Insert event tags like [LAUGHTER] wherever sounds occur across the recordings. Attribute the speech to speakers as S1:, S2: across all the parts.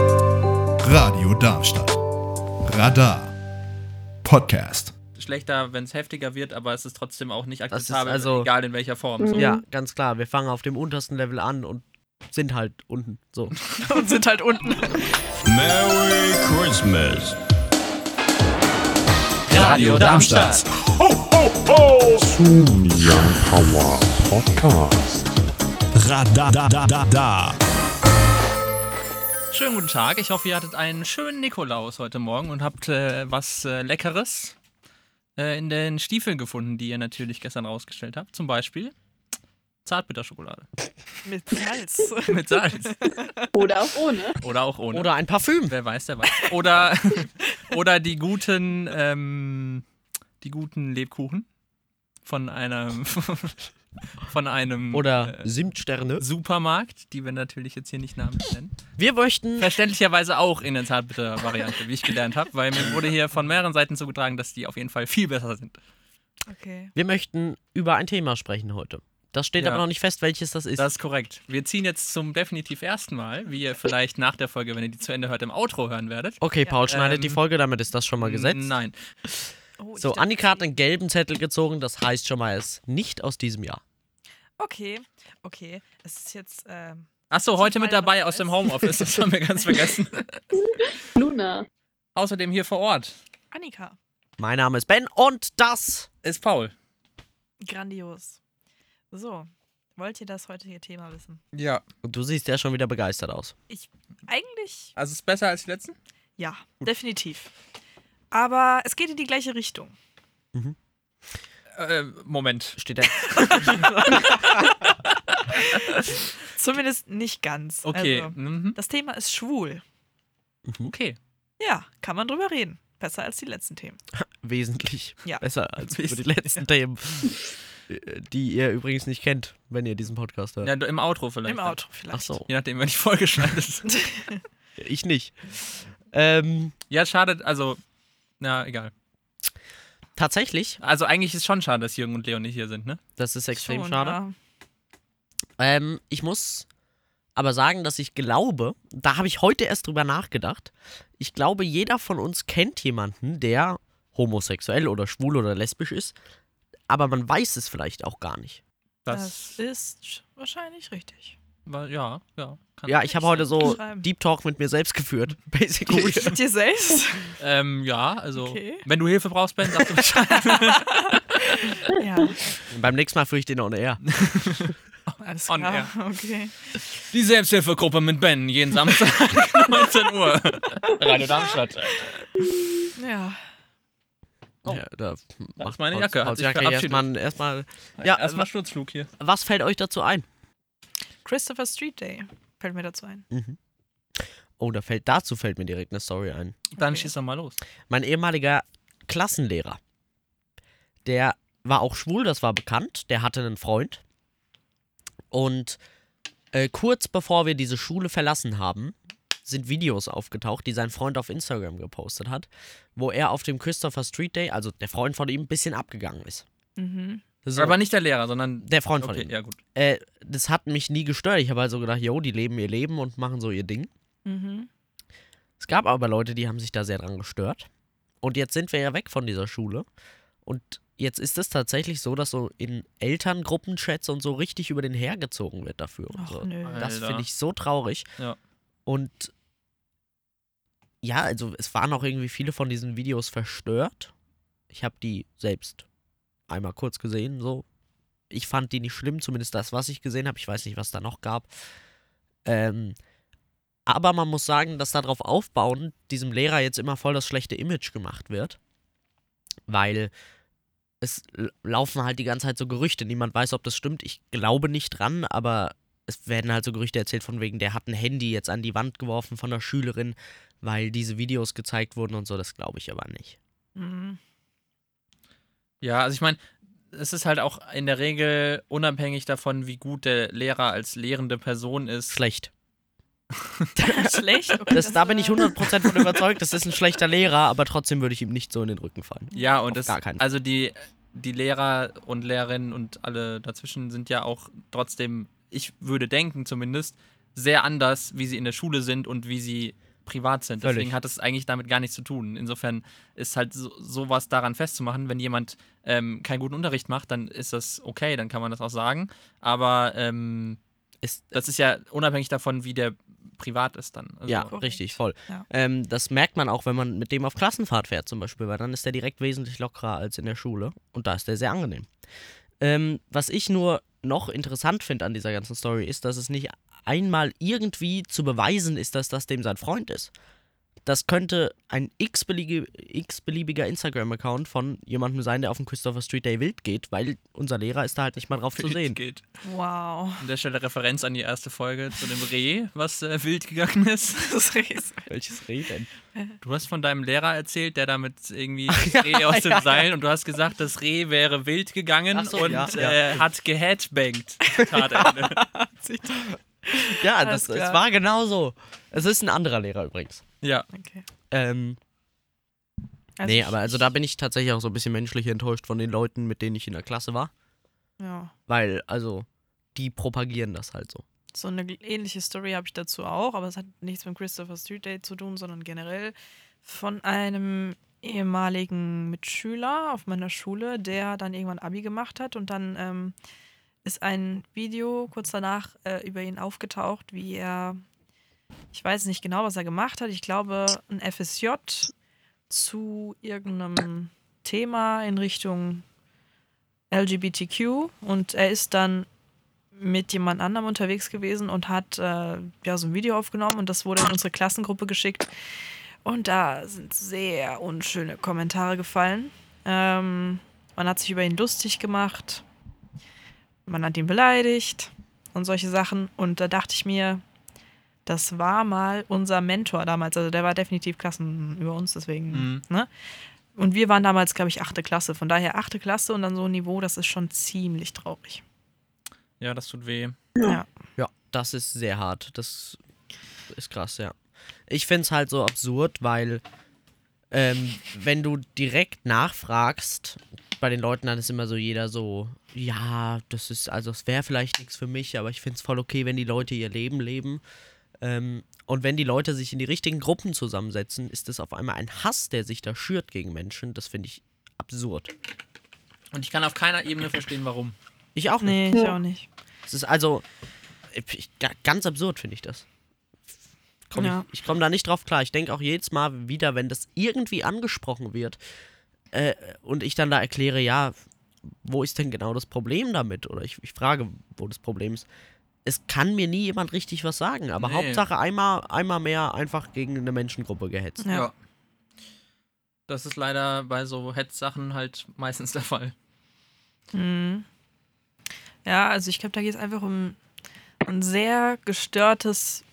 S1: Radio Darmstadt. Radar. Podcast.
S2: schlechter, wenn es heftiger wird, aber es ist trotzdem auch nicht
S3: Das ist
S2: akzeptabel,
S3: also-
S2: egal in welcher Form. So. [LAUGHS]
S3: Ja,
S4: Mhm.
S3: ganz klar. Wir fangen auf dem untersten Level an und sind halt unten. So.
S4: und sind halt unten.
S5: Merry Christmas.
S2: [LAUGHS] Radio Darmstadt.
S5: Radadadada.
S2: Schönen guten Tag. Ich hoffe, ihr hattet einen schönen Nikolaus heute Morgen und habt äh, was äh, Leckeres äh, in den Stiefeln gefunden, die ihr natürlich gestern rausgestellt habt. Zum Beispiel Zartbitterschokolade
S4: Mit Salz.
S2: [LAUGHS] mit Salz
S6: Oder auch ohne.
S2: oder auch ohne.
S3: Oder ein Parfüm.
S2: Wer weiß, der weiß. Oder, [LAUGHS] oder die guten, ähm, die guten Lebkuchen von einem, [LAUGHS] von einem
S3: Oder
S2: äh,
S3: Simtsterne.
S2: Supermarkt, die wir natürlich jetzt hier nicht namentlich nennen.
S3: Wir möchten.
S2: Verständlicherweise auch in der Zartbitter-Variante, wie ich gelernt habe, weil mir wurde hier von mehreren Seiten zugetragen, dass die auf jeden Fall viel besser sind.
S4: Okay.
S3: Wir möchten über ein Thema sprechen heute. Das steht
S2: Ja.
S3: aber noch nicht fest, welches das ist.
S2: Das ist korrekt. Wir ziehen jetzt zum definitiv ersten Mal, wie ihr vielleicht nach der Folge, wenn ihr die zu Ende hört, im Outro hören werdet.
S3: okay, Paul, schneidet
S2: ähm,
S3: die Folge, damit ist das schon mal gesetzt.
S2: Nein.
S4: Oh, ich
S3: So,
S4: dachte-
S3: Annika hat einen gelben Zettel gezogen, das heißt schon mal, es ist nicht aus diesem Jahr.
S4: Okay, okay. Es ist jetzt. Ähm,
S2: Achso, heute mit dabei aus dem Homeoffice, das haben wir ganz vergessen.
S6: Luna.
S2: Außerdem hier vor Ort
S4: Annika.
S3: Mein Name ist Ben und das.
S2: ist Paul.
S4: Grandios. So, wollt ihr das heutige Thema wissen?
S2: Ja.
S3: Und du siehst ja schon wieder begeistert aus.
S4: Eigentlich
S2: Also ist besser als die letzten?
S4: ja, definitiv. Aber es geht in die gleiche Richtung.
S2: Äh, Moment.
S3: Steht da.
S4: Zumindest nicht ganz.
S2: Okay.
S4: Also,
S2: Mhm.
S4: das Thema ist schwul.
S2: Okay.
S4: Ja, kann man drüber reden. Besser als die letzten Themen.
S3: Wesentlich
S4: Ja.
S3: besser als über die
S2: Wesentlich. [LAUGHS]
S3: letzten Themen, äh, die ihr übrigens nicht kennt, wenn ihr diesen Podcast hört.
S2: Ja, Im Outro vielleicht.
S4: Im Auto vielleicht.
S3: Ach so,
S2: Je nachdem, wenn die Folge schneidet.
S3: ich nicht. Ähm,
S2: Ja, schade, also, na, egal.
S3: tatsächlich,
S2: Also eigentlich ist schon schade, dass Jürgen und Leon nicht hier sind, ne?
S3: das ist extrem
S4: Schon,
S3: schade.
S4: ja.
S3: Ähm, ich muss aber sagen, dass ich glaube, da habe ich heute erst drüber nachgedacht. Ich glaube, jeder von uns kennt jemanden, der homosexuell oder schwul oder lesbisch ist, aber man weiß es vielleicht auch gar nicht.
S2: Das,
S4: Das ist sch- wahrscheinlich richtig.
S3: [LAUGHS]
S2: war, ja, ja. Kann
S3: Ja, ich habe heute so
S4: Schreiben.
S3: Deep Talk mit mir selbst geführt, [LAUGHS] basically.
S4: Gut. Mit dir selbst?
S2: Ähm, ja, also,
S4: Okay.
S2: wenn du Hilfe brauchst, Ben, sag du Bescheid.
S4: ja.
S3: Beim nächsten Mal führe ich den on air.
S4: Alles
S2: On
S4: klar. Okay.
S2: Die Selbsthilfegruppe mit Ben, jeden [LAUGHS] Samstag, 19 Uhr. Radio Darmstadt.
S4: Ja.
S2: [LAUGHS] Oh.
S3: Ja, da
S2: Das ist
S3: macht
S2: meine
S3: Pauls-
S2: Jacke, hat
S3: Pauls
S2: sich
S3: Jacke
S2: verabschiedet.
S3: erstmal, erstmal.
S2: Ja, also,
S3: Ja,
S2: Erstmal Sturzflug hier.
S3: Was fällt euch dazu ein?
S4: Christopher Street Day fällt mir dazu ein.
S3: Oh, da fällt, dazu fällt mir direkt eine Story ein.
S2: Dann
S4: Okay.
S2: schieß doch mal los.
S3: Mein ehemaliger Klassenlehrer, der war auch schwul, das war bekannt, der hatte einen Freund. Und äh, kurz bevor wir diese Schule verlassen haben, sind Videos aufgetaucht, die sein Freund auf Instagram gepostet hat, wo er auf dem Christopher Street Day, also der Freund von ihm, ein bisschen abgegangen ist.
S4: Mhm.
S3: So,
S2: Aber nicht der Lehrer, sondern
S3: der Freund von
S2: Okay,
S3: ihm.
S2: ja gut.
S3: Äh, das hat mich nie gestört. Ich habe also gedacht, yo, die leben ihr Leben und machen so ihr Ding.
S4: Mhm.
S3: Es gab aber Leute, die haben sich da sehr dran gestört. Und jetzt sind wir ja weg von dieser Schule. Und jetzt ist es tatsächlich so, dass so in Elterngruppenchats und so richtig über den hergezogen wird dafür. Und
S4: Ach
S3: so. Ah,
S4: nö.
S2: Alter.
S3: Das finde ich so traurig.
S2: Ja.
S3: Und ja, also es waren auch irgendwie viele von diesen Videos verstört. Ich habe die selbst einmal kurz gesehen, so. Ich fand die nicht schlimm, zumindest das, was ich gesehen habe. Ich weiß nicht, was da noch gab. Ähm, aber man muss sagen, dass darauf aufbauend diesem Lehrer jetzt immer voll das schlechte Image gemacht wird. Weil es l- laufen halt die ganze Zeit so Gerüchte. Niemand weiß, ob das stimmt. Ich glaube nicht dran, aber es werden halt so Gerüchte erzählt von wegen, der hat ein Handy jetzt an die Wand geworfen von einer Schülerin, weil diese Videos gezeigt wurden und so. Das glaube ich aber nicht.
S4: [LAUGHS] Mhm.
S2: Ja, also ich meine, es ist halt auch in der Regel unabhängig davon, wie gut der Lehrer als lehrende Person ist.
S3: Schlecht.
S4: Schlecht. Okay,
S3: Das, da bin
S4: äh,
S3: ich 100% von überzeugt. Das ist ein schlechter Lehrer, aber trotzdem würde ich ihm nicht so in den Rücken fallen.
S2: Ja, und
S3: Auf
S2: das,
S3: gar keinen Fall.
S2: also die, die Lehrer und Lehrerinnen und alle dazwischen sind ja auch trotzdem, ich würde denken zumindest, sehr anders, wie sie in der Schule sind und wie sie privat sind.
S3: Völlig.
S2: Deswegen hat es eigentlich damit gar nichts zu tun. Insofern ist halt so, sowas daran festzumachen, wenn jemand ähm, keinen guten Unterricht macht, dann ist das okay, dann kann man das auch sagen. Aber ähm,
S3: Ist, äh,
S2: das ist ja unabhängig davon, wie der privat ist dann. Also,
S3: ja,
S4: korrekt.
S3: richtig, voll.
S4: Ja.
S3: Ähm, das merkt man auch, wenn man mit dem auf Klassenfahrt fährt zum Beispiel, weil dann ist der direkt wesentlich lockerer als in der Schule und da ist der sehr angenehm. Ähm, was ich nur noch interessant finde an dieser ganzen Story ist, dass es nicht einmal irgendwie zu beweisen ist, dass das dem sein Freund ist. Das könnte ein x-beliebige- x-beliebiger Instagram-Account von jemandem sein, der auf dem Christopher Street Day wild geht, weil unser Lehrer ist da halt nicht mal drauf zu sehen.
S2: Geht.
S4: Wow. [LAUGHS]
S2: An der Stelle Referenz an die erste Folge zu dem Reh, was äh, wild gegangen ist.
S4: Das ist
S3: Welches Reh denn?
S2: Du hast von deinem Lehrer erzählt, der damit irgendwie
S3: Ach
S2: das
S3: [LAUGHS] ja,
S2: Reh aus dem
S3: ja, ja.
S2: Seil und du hast gesagt, das Reh wäre wild gegangen
S3: Ach so,
S2: und
S3: ja, ja.
S2: äh, hat gehadbankt.
S3: [LAUGHS]
S2: Tatende.
S3: Ja,
S4: Alles
S3: das, das
S4: klar.
S3: war genau so. Es ist ein anderer Lehrer übrigens.
S2: ja,
S4: Okay.
S3: Ähm,
S4: Also
S3: nee,
S4: ich-
S3: aber also da bin ich tatsächlich auch so ein bisschen menschlich enttäuscht von den Leuten, mit denen ich in der Klasse war.
S4: Ja.
S3: Weil, also, die propagieren das halt so.
S4: So eine gl- ähnliche Story habe ich dazu auch, aber es hat nichts mit Christopher Street Day zu tun, sondern generell von einem ehemaligen Mitschüler auf meiner Schule, der dann irgendwann Abi gemacht hat und dann ähm, ist ein Video kurz danach äh, über ihn aufgetaucht, wie er, ich weiß nicht genau, was er gemacht hat, ich glaube ein FSJ zu irgendeinem Thema in Richtung LGBTQ und er ist dann mit jemand anderem unterwegs gewesen und hat äh, ja so ein Video aufgenommen und das wurde in unsere Klassengruppe geschickt. Und da sind sehr unschöne Kommentare gefallen. Ähm, man hat sich über ihn lustig gemacht, man hat ihn beleidigt und solche Sachen. Und da dachte ich mir, das war mal unser Mentor damals. Also der war definitiv Klassen über uns, deswegen.
S2: Mhm.
S4: Ne? Und wir waren damals, glaube ich, achte Klasse. Von daher achte Klasse und dann so ein Niveau, das ist schon ziemlich traurig.
S2: ja, das tut weh.
S4: Ja.
S3: Ja. Das ist sehr hart. Das ist krass, ja. Ich finde es halt so absurd, weil, ähm, wenn du direkt nachfragst, bei den Leuten dann ist immer so jeder so, ja, das ist, also es wäre vielleicht nichts für mich, aber ich finde es voll okay, wenn die Leute ihr Leben leben. Ähm, und wenn die Leute sich in die richtigen Gruppen zusammensetzen, ist es auf einmal ein Hass, der sich da schürt gegen Menschen. Das finde ich absurd.
S2: Und ich kann auf keiner Ebene verstehen, warum.
S3: Ich auch nicht.
S4: Nee, ich auch nicht.
S3: Es ist also ich, ga- ganz absurd, finde ich das. Komm,
S4: Ja.
S3: Ich, ich komme da nicht drauf klar. Ich denke auch jedes Mal wieder, wenn das irgendwie angesprochen wird äh, und ich dann da erkläre, ja, wo ist denn genau das Problem damit? Oder ich, ich frage, wo das Problem ist. Es kann mir nie jemand richtig was sagen, aber
S2: Nee.
S3: Hauptsache einmal, einmal mehr einfach gegen eine Menschengruppe gehetzt.
S4: Ja.
S2: Das ist leider bei so Hetz-Sachen halt meistens der Fall.
S4: Mhm. Ja, also ich glaube, da geht es einfach um ein sehr gestörtes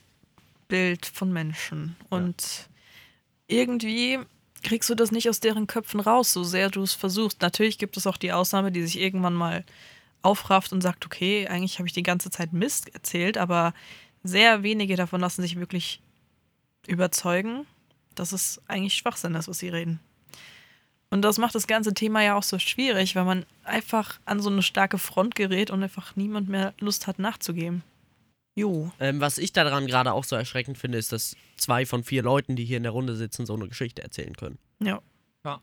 S4: Bild von Menschen. Und irgendwie kriegst du das nicht aus deren Köpfen raus, so sehr du es versuchst. Natürlich gibt es auch die Ausnahme, die sich irgendwann mal aufrafft und sagt, okay, eigentlich habe ich die ganze Zeit Mist erzählt, aber sehr wenige davon lassen sich wirklich überzeugen, dass es eigentlich Schwachsinn ist, was sie reden. Und das macht das ganze Thema ja auch so schwierig, weil man einfach an so eine starke Front gerät und einfach niemand mehr Lust hat nachzugeben. Jo.
S3: Ähm, was ich daran gerade auch so erschreckend finde, ist, dass zwei von vier Leuten, die hier in der Runde sitzen, so eine Geschichte erzählen können.
S4: Ja.
S2: Ja.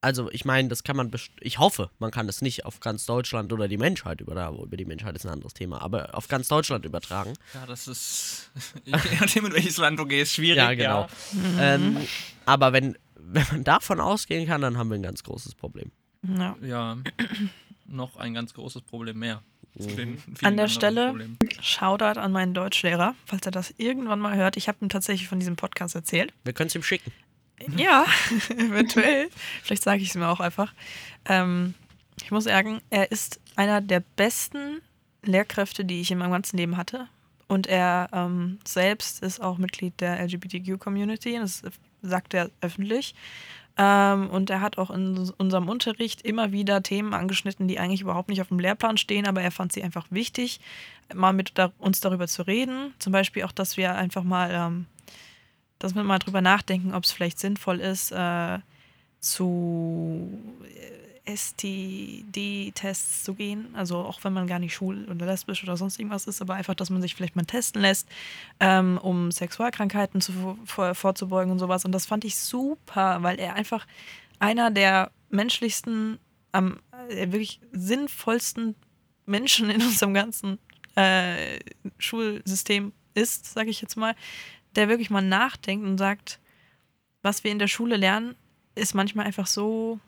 S3: Also ich meine, das kann man, best- ich hoffe, man kann das nicht auf ganz Deutschland oder die Menschheit übertragen, über die Menschheit ist ein anderes Thema, aber auf ganz Deutschland übertragen.
S2: Ja, das ist. [LAUGHS] Je nachdem, in welches Land du gehst, schwierig.
S3: Ja, genau. Ähm, aber wenn, wenn man davon ausgehen kann, dann haben wir ein ganz großes Problem.
S4: Ja.
S2: Ja. Noch ein ganz großes Problem mehr. Zu den vielen
S4: An der
S2: anderen
S4: Stelle-
S2: Problemen.
S4: Shoutout an meinen Deutschlehrer, falls er das irgendwann mal hört. Ich habe ihm tatsächlich von diesem Podcast erzählt.
S3: Wir können es ihm schicken.
S4: [LAUGHS] Ja, eventuell. Vielleicht sage ich es mir auch einfach. Ähm, ich muss sagen, er ist einer der besten Lehrkräfte, die ich in meinem ganzen Leben hatte. Und er ähm, selbst ist auch Mitglied der LGBTQ-Community. Das sagt er öffentlich. Ähm, und er hat auch in s- unserem Unterricht immer wieder Themen angeschnitten, die eigentlich überhaupt nicht auf dem Lehrplan stehen, aber er fand sie einfach wichtig, mal mit da, uns darüber zu reden. Zum Beispiel auch, dass wir einfach mal ähm, dass wir mal drüber nachdenken, ob es vielleicht sinnvoll ist, äh, zu äh, STD-Tests zu gehen. Also auch wenn man gar nicht schwul oder lesbisch oder sonst irgendwas ist, aber einfach, dass man sich vielleicht mal testen lässt, ähm, um Sexualkrankheiten zu, vor, vorzubeugen und sowas. Und das fand ich super, weil er einfach einer der menschlichsten, am äh, wirklich sinnvollsten Menschen in unserem ganzen äh, Schulsystem ist, sage ich jetzt mal, der wirklich mal nachdenkt und sagt, was wir in der Schule lernen, ist manchmal einfach so,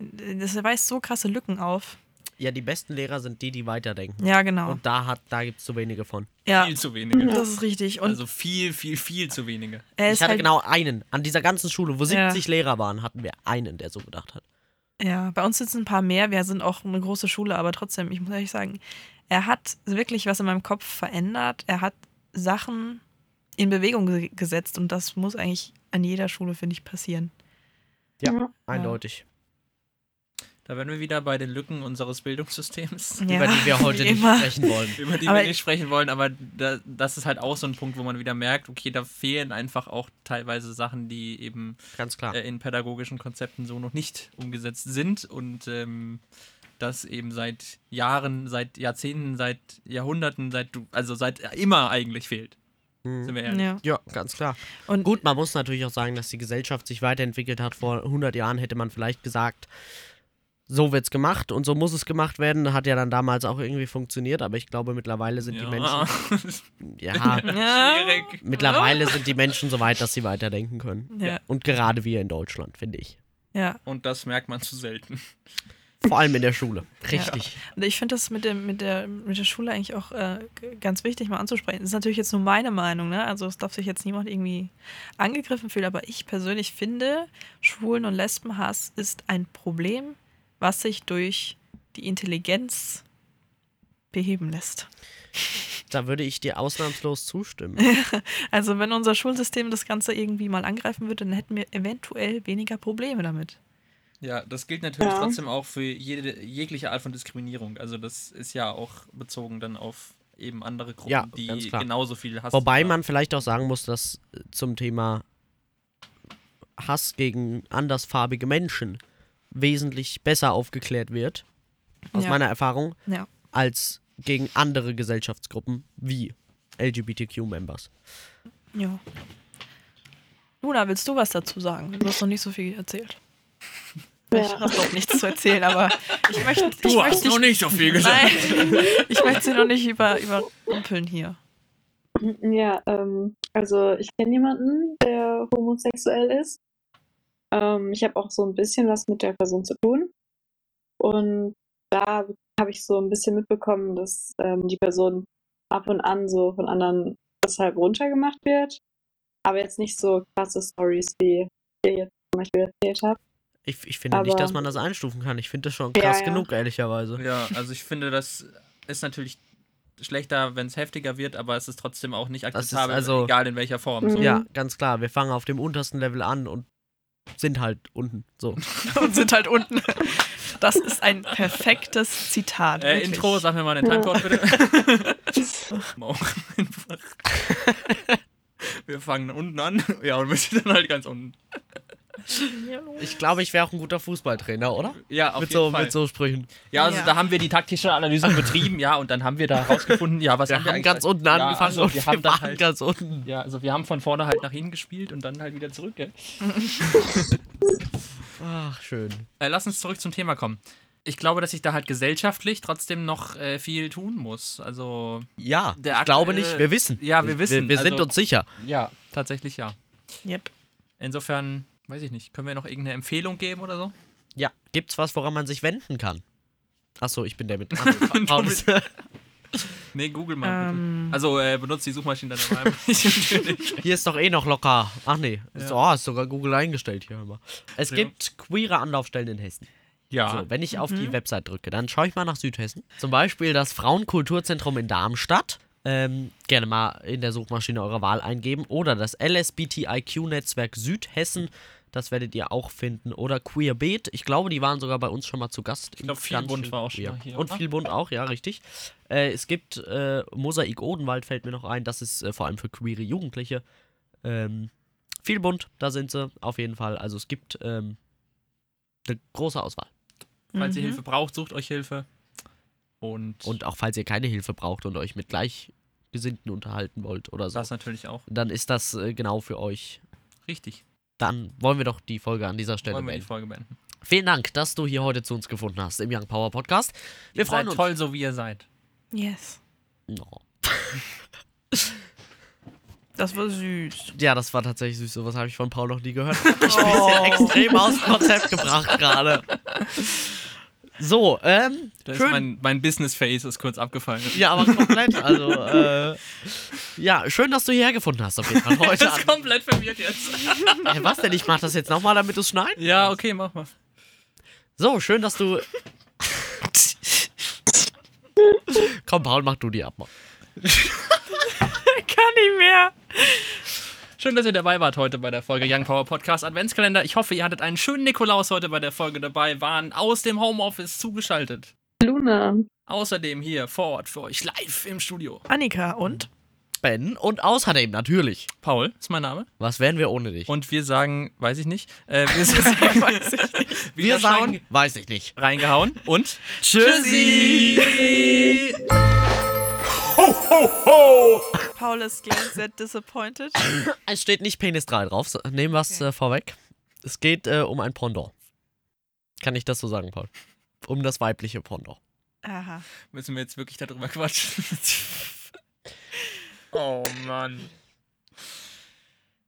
S4: das weist so krasse Lücken auf.
S3: Ja, die besten Lehrer sind die, die weiterdenken.
S4: Ja, genau.
S3: Und da, hat- da gibt es zu wenige von.
S4: Ja,
S2: Viel zu wenige.
S4: das ist richtig. Und
S2: also viel, viel, viel zu wenige.
S4: er ist
S3: ich hatte
S4: halt,
S3: genau einen. An dieser ganzen Schule, wo
S4: Ja.
S3: 70 Lehrer waren, hatten wir einen, der so gedacht hat.
S4: Ja, bei uns sitzen ein paar mehr. Wir sind auch eine große Schule, aber trotzdem, ich muss ehrlich sagen, er hat wirklich was in meinem Kopf verändert. Er hat Sachen in Bewegung ge gesetzt und das muss eigentlich an jeder Schule, finde ich, passieren.
S3: Ja, eindeutig.
S2: Da wären wir wieder bei den Lücken unseres Bildungssystems,
S4: Ja,
S3: Über die wir heute
S4: [LAUGHS] wie
S3: nicht
S4: immer.
S3: sprechen wollen.
S2: über die
S4: Aber-
S2: wir nicht sprechen wollen, aber da, das ist halt auch so ein Punkt, wo man wieder merkt, okay, da fehlen einfach auch teilweise Sachen, die eben
S3: Ganz klar.
S2: äh, in pädagogischen Konzepten so noch nicht umgesetzt sind und ähm, das eben seit Jahren, seit Jahrzehnten, seit Jahrhunderten, seit du- also seit immer eigentlich fehlt. Sind wir ehrlich.
S4: Ja.
S3: Ja, ganz klar.
S4: Und
S3: Gut, man muss natürlich auch sagen, dass die Gesellschaft sich weiterentwickelt hat. Vor 100 Jahren hätte man vielleicht gesagt, so wird's gemacht und so muss es gemacht werden. Hat ja dann damals auch irgendwie funktioniert, aber ich glaube, mittlerweile sind die
S2: [LAUGHS]
S3: Menschen. Ja,
S4: Ja.
S2: Schwierig.
S3: mittlerweile sind die Menschen so weit, dass sie weiterdenken können.
S4: Ja.
S3: Und gerade wir in Deutschland, finde ich.
S4: Ja,
S2: Und das merkt man zu selten.
S3: Vor allem in der Schule. Richtig.
S4: und ich finde das mit, dem, mit, der, mit der Schule eigentlich auch äh, g- ganz wichtig, mal anzusprechen. Das ist natürlich jetzt nur meine Meinung, ne? Also es darf sich jetzt niemand irgendwie angegriffen fühlen, aber ich persönlich finde, Schwulen- und Lesbenhass ist ein Problem, was sich durch die Intelligenz beheben lässt.
S3: Da würde ich dir ausnahmslos zustimmen.
S4: Also wenn unser Schulsystem das Ganze irgendwie mal angreifen würde, dann hätten wir eventuell weniger Probleme damit.
S2: Ja, das gilt natürlich
S6: Ja.
S2: trotzdem auch für jede, jegliche Art von Diskriminierung. Also das ist ja auch bezogen dann auf eben andere Gruppen,
S3: Ja, ganz
S2: die
S3: klar.
S2: genauso viel Hass
S3: Wobei
S2: haben.
S3: man vielleicht auch sagen muss, dass äh, zum Thema Hass gegen andersfarbige Menschen wesentlich besser aufgeklärt wird, aus
S4: Ja.
S3: meiner Erfahrung,
S4: Ja.
S3: als gegen andere Gesellschaftsgruppen wie LGBTQ-Members.
S4: Ja. Luna, willst du was dazu sagen? Du hast noch nicht so viel erzählt. Ich
S6: Ja.
S4: habe doch nichts zu erzählen, aber ich möchte, ich
S2: Du hast
S4: möchte
S2: noch
S4: dich-
S2: nicht so viel
S3: [LAUGHS]
S2: gesagt.
S4: Nein, ich möchte sie noch nicht über, überrumpeln hier. [LAUGHS]
S6: ja ähm, also ich kenne jemanden, der homosexuell ist. Ähm, ich habe auch so ein bisschen was mit der Person zu tun. Und da habe ich so ein bisschen mitbekommen, dass ähm, die Person ab und an so von anderen deshalb runtergemacht wird. Aber jetzt nicht so krasse Stories, wie ihr jetzt zum Beispiel erzählt habt.
S3: Ich, ich finde nicht,
S6: Aber-
S3: dass man das einstufen kann. Ich finde das schon
S6: Ja,
S3: krass
S6: ja.
S3: genug, ehrlicherweise.
S2: Ja, also ich finde, das ist natürlich schlechter, wenn es heftiger wird, aber es ist trotzdem auch nicht
S3: Das ist
S2: akzeptabel,
S3: also-
S2: egal in welcher Form. So.
S6: Mhm.
S3: Ja, ganz klar. Wir fangen auf dem untersten Level an und sind halt unten. So.
S4: Und sind halt unten. Das ist ein perfektes Zitat.
S2: Äh,
S4: wirklich.
S2: Intro, sag mir mal den
S6: Ja.
S2: Timecode bitte. Mau- einfach. Wir fangen unten an, ja, und wir sind dann halt ganz unten.
S3: Ich glaube, ich wäre auch ein guter Fußballtrainer, oder?
S2: Ja, auf
S3: mit,
S2: jeden
S3: so,
S2: Fall.
S3: mit so Sprüchen.
S2: Ja, also
S4: Ja.
S2: da haben wir die taktische Analyse betrieben, ja, und dann haben wir da rausgefunden, ja, was
S3: Wir
S2: haben wir
S3: haben
S2: eigentlich-
S3: ganz unten
S2: ja,
S3: angefangen
S2: also wir
S3: und wir
S2: haben dann
S3: waren
S2: halt,
S3: ganz unten.
S2: ja, also wir haben von vorne halt nach hinten gespielt und dann halt wieder zurück, gell?
S3: Ach, schön.
S2: Äh, lass uns zurück zum Thema kommen. Ich glaube, dass ich da halt gesellschaftlich trotzdem noch äh, viel tun muss. Also,
S3: Ja,
S2: Der
S3: ich glaube
S2: aktuelle-
S3: nicht. Wir wissen.
S2: Ja, wir wissen,
S3: Wir, wir
S2: also-
S3: sind uns sicher.
S2: ja, tatsächlich ja.
S4: Yep.
S2: Insofern, weiß ich nicht, können wir noch irgendeine Empfehlung geben oder so?
S3: Ja. Gibt's was, woran man sich wenden kann? Achso, ich bin
S2: [LAUGHS]
S3: der mit.
S2: Du bist- Nee, google mal.
S4: Ähm.
S2: bitte. Also, äh, benutzt die Suchmaschine dann [LAUGHS] aber nicht.
S3: hier ist doch eh noch locker. Ach nee. Ist,
S2: Ja.
S3: oh, ist sogar Google eingestellt hier immer. Es
S2: Ja.
S3: gibt queere Anlaufstellen in Hessen.
S2: Ja,
S3: So, wenn ich auf die Website drücke, dann schaue ich mal nach Südhessen. Zum Beispiel das Frauenkulturzentrum in Darmstadt. Ähm, gerne mal in der Suchmaschine eurer Wahl eingeben. Oder das LSBTIQ-Netzwerk Südhessen. Das werdet ihr auch finden. Oder Queerbeet. Ich glaube, die waren sogar bei uns schon mal zu Gast. Ich
S2: glaub, Vielbunt war auch schon mal hier,
S3: Und
S2: oder?
S3: viel bunt auch, ja, richtig. Äh, es gibt äh, Mosaik Odenwald, fällt mir noch ein. Das ist äh, vor allem für queere Jugendliche. Ähm, viel bunt, da sind sie auf jeden Fall. Also es gibt ähm, eine große Auswahl.
S2: Falls ihr
S4: Mhm.
S2: Hilfe braucht, sucht euch Hilfe. Und,
S3: Und auch falls ihr keine Hilfe braucht und euch mit Gleichgesinnten unterhalten wollt oder so,
S2: das natürlich auch.
S3: dann ist das äh, genau für euch.
S2: Richtig.
S3: Dann wollen wir doch die Folge an dieser Stelle
S2: Wollen wir die
S3: beenden.
S2: Folge beenden.
S3: Vielen Dank, dass du hier heute zu uns gefunden hast im Young Power Podcast. Wir
S2: ihr
S3: freuen Oh.
S2: seid
S3: uns.
S2: toll, so wie ihr seid.
S4: Yes.
S3: No.
S4: Das war süß.
S3: Ja, das war tatsächlich süß. Sowas habe ich von Paul noch
S2: [LAUGHS]
S3: nie gehört. Ich bin
S4: Oh.
S3: hier extrem aus dem Konzept
S2: [LAUGHS]
S3: gebracht gerade. So, ähm,
S2: Da ist
S3: schön.
S2: mein, mein Business Face ist kurz
S3: [LAUGHS]
S2: abgefallen.
S3: ja, aber komplett. Also, äh, ja, schön, dass du hierher gefunden hast auf jeden Fall heute.
S2: Das ist komplett verwirrt jetzt.
S3: Hey, was denn? Ich mach das jetzt nochmal, damit du es schneidest.
S2: Ja, okay, mach mal.
S3: So, schön, dass du. Komm, Paul, mach du die ab. Mann.
S4: Kann nicht mehr.
S2: Schön, dass ihr dabei wart heute bei der Folge Young Power Podcast Adventskalender. Ich hoffe, ihr hattet einen schönen Nikolaus heute bei der Folge dabei, waren aus dem Homeoffice zugeschaltet.
S6: Luna.
S2: Außerdem hier vor Ort für euch live im Studio.
S4: Annika und?
S3: Ben und außerdem natürlich.
S2: Paul ist mein Name.
S3: Was wären wir ohne dich?
S2: Und wir sagen, weiß ich nicht, äh, [LAUGHS] wir sagen, weiß ich nicht.
S3: wir sagen, weiß ich nicht.
S2: reingehauen und
S3: Tschüssi!
S4: Paul ist getting that disappointed.
S3: Es steht nicht Penis 3 drauf. so- Nehmen wir es äh, vorweg. Es geht äh, um ein Pendant. Kann ich das so sagen, Paul? Um das weibliche Pendant.
S4: Aha.
S2: müssen wir jetzt wirklich darüber quatschen. oh Mann.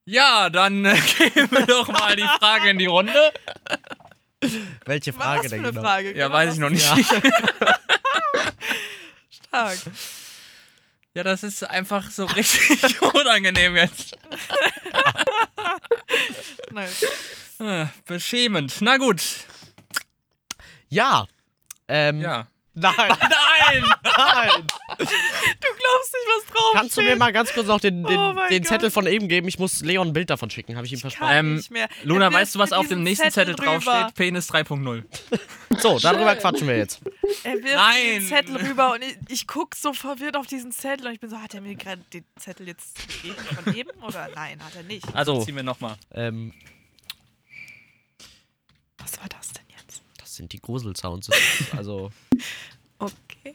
S2: Ja, dann äh, geben wir doch mal die Frage in die Runde.
S3: Welche
S4: Was
S3: Frage
S4: für
S3: denn
S4: eine
S3: genau?
S4: Frage?
S2: Ja,
S4: Genau,
S2: weiß ich noch nicht.
S3: Ja.
S4: Tag.
S2: Ja, das ist einfach so richtig [LAUGHS] unangenehm jetzt.
S4: Nein.
S2: Äh, Beschämend. Na gut.
S3: Ja. Ähm,
S2: Ja.
S3: [LAUGHS] Nein,
S2: Nein!
S3: nein.
S4: Du glaubst nicht, was drauf
S3: [LAUGHS] Kannst du mir mal ganz kurz noch den, den,
S4: Oh mein
S3: den
S4: Gott.
S3: Zettel von eben geben? Ich muss Leon ein Bild davon schicken, habe ich ihm versprochen.
S4: Kann
S2: Ähm,
S4: nicht mehr.
S2: Luna,
S4: Entweder
S2: weißt du, was
S4: steht
S2: auf dem
S4: diesen
S2: nächsten Zettel
S4: drüber.
S2: draufsteht? Penis 3.0.
S3: So, darüber quatschen wir jetzt.
S4: Er wirft
S2: Nein.
S4: den Zettel rüber und ich, ich gucke so verwirrt auf diesen Zettel und ich bin so, hat er mir gerade den Zettel jetzt gegeben von eben oder nein, hat er nicht.
S2: Also
S3: So.
S2: ziehen wir nochmal.
S3: Ähm,
S4: Was war das denn jetzt?
S3: das sind die Grusel-Sounds. Also,
S4: Okay.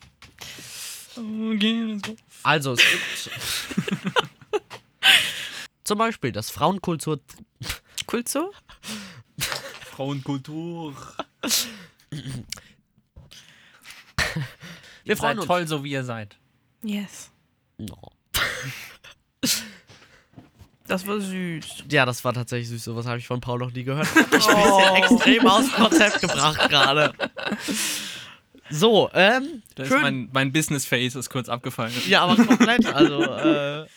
S3: also es gibt
S4: [LAUGHS]
S3: zum Beispiel das Frauenkultur
S4: Kulzo?
S2: Frauenkultur.
S3: Wir
S2: Ihr
S3: freuen
S2: seid
S3: uns.
S2: toll, so wie ihr seid.
S4: Yes.
S3: No.
S4: Das war süß.
S3: Ja, das war tatsächlich süß. Sowas habe ich von Paul noch nie
S4: [LAUGHS]
S3: gehört. Ich bin
S4: Oh.
S3: hier extrem aus dem Konzept gebracht gerade. ähm, So, ähm,
S2: Da ist
S3: schön.
S2: mein, mein Business Face ist kurz abgefallen.
S3: Ja, aber komplett. Also, äh,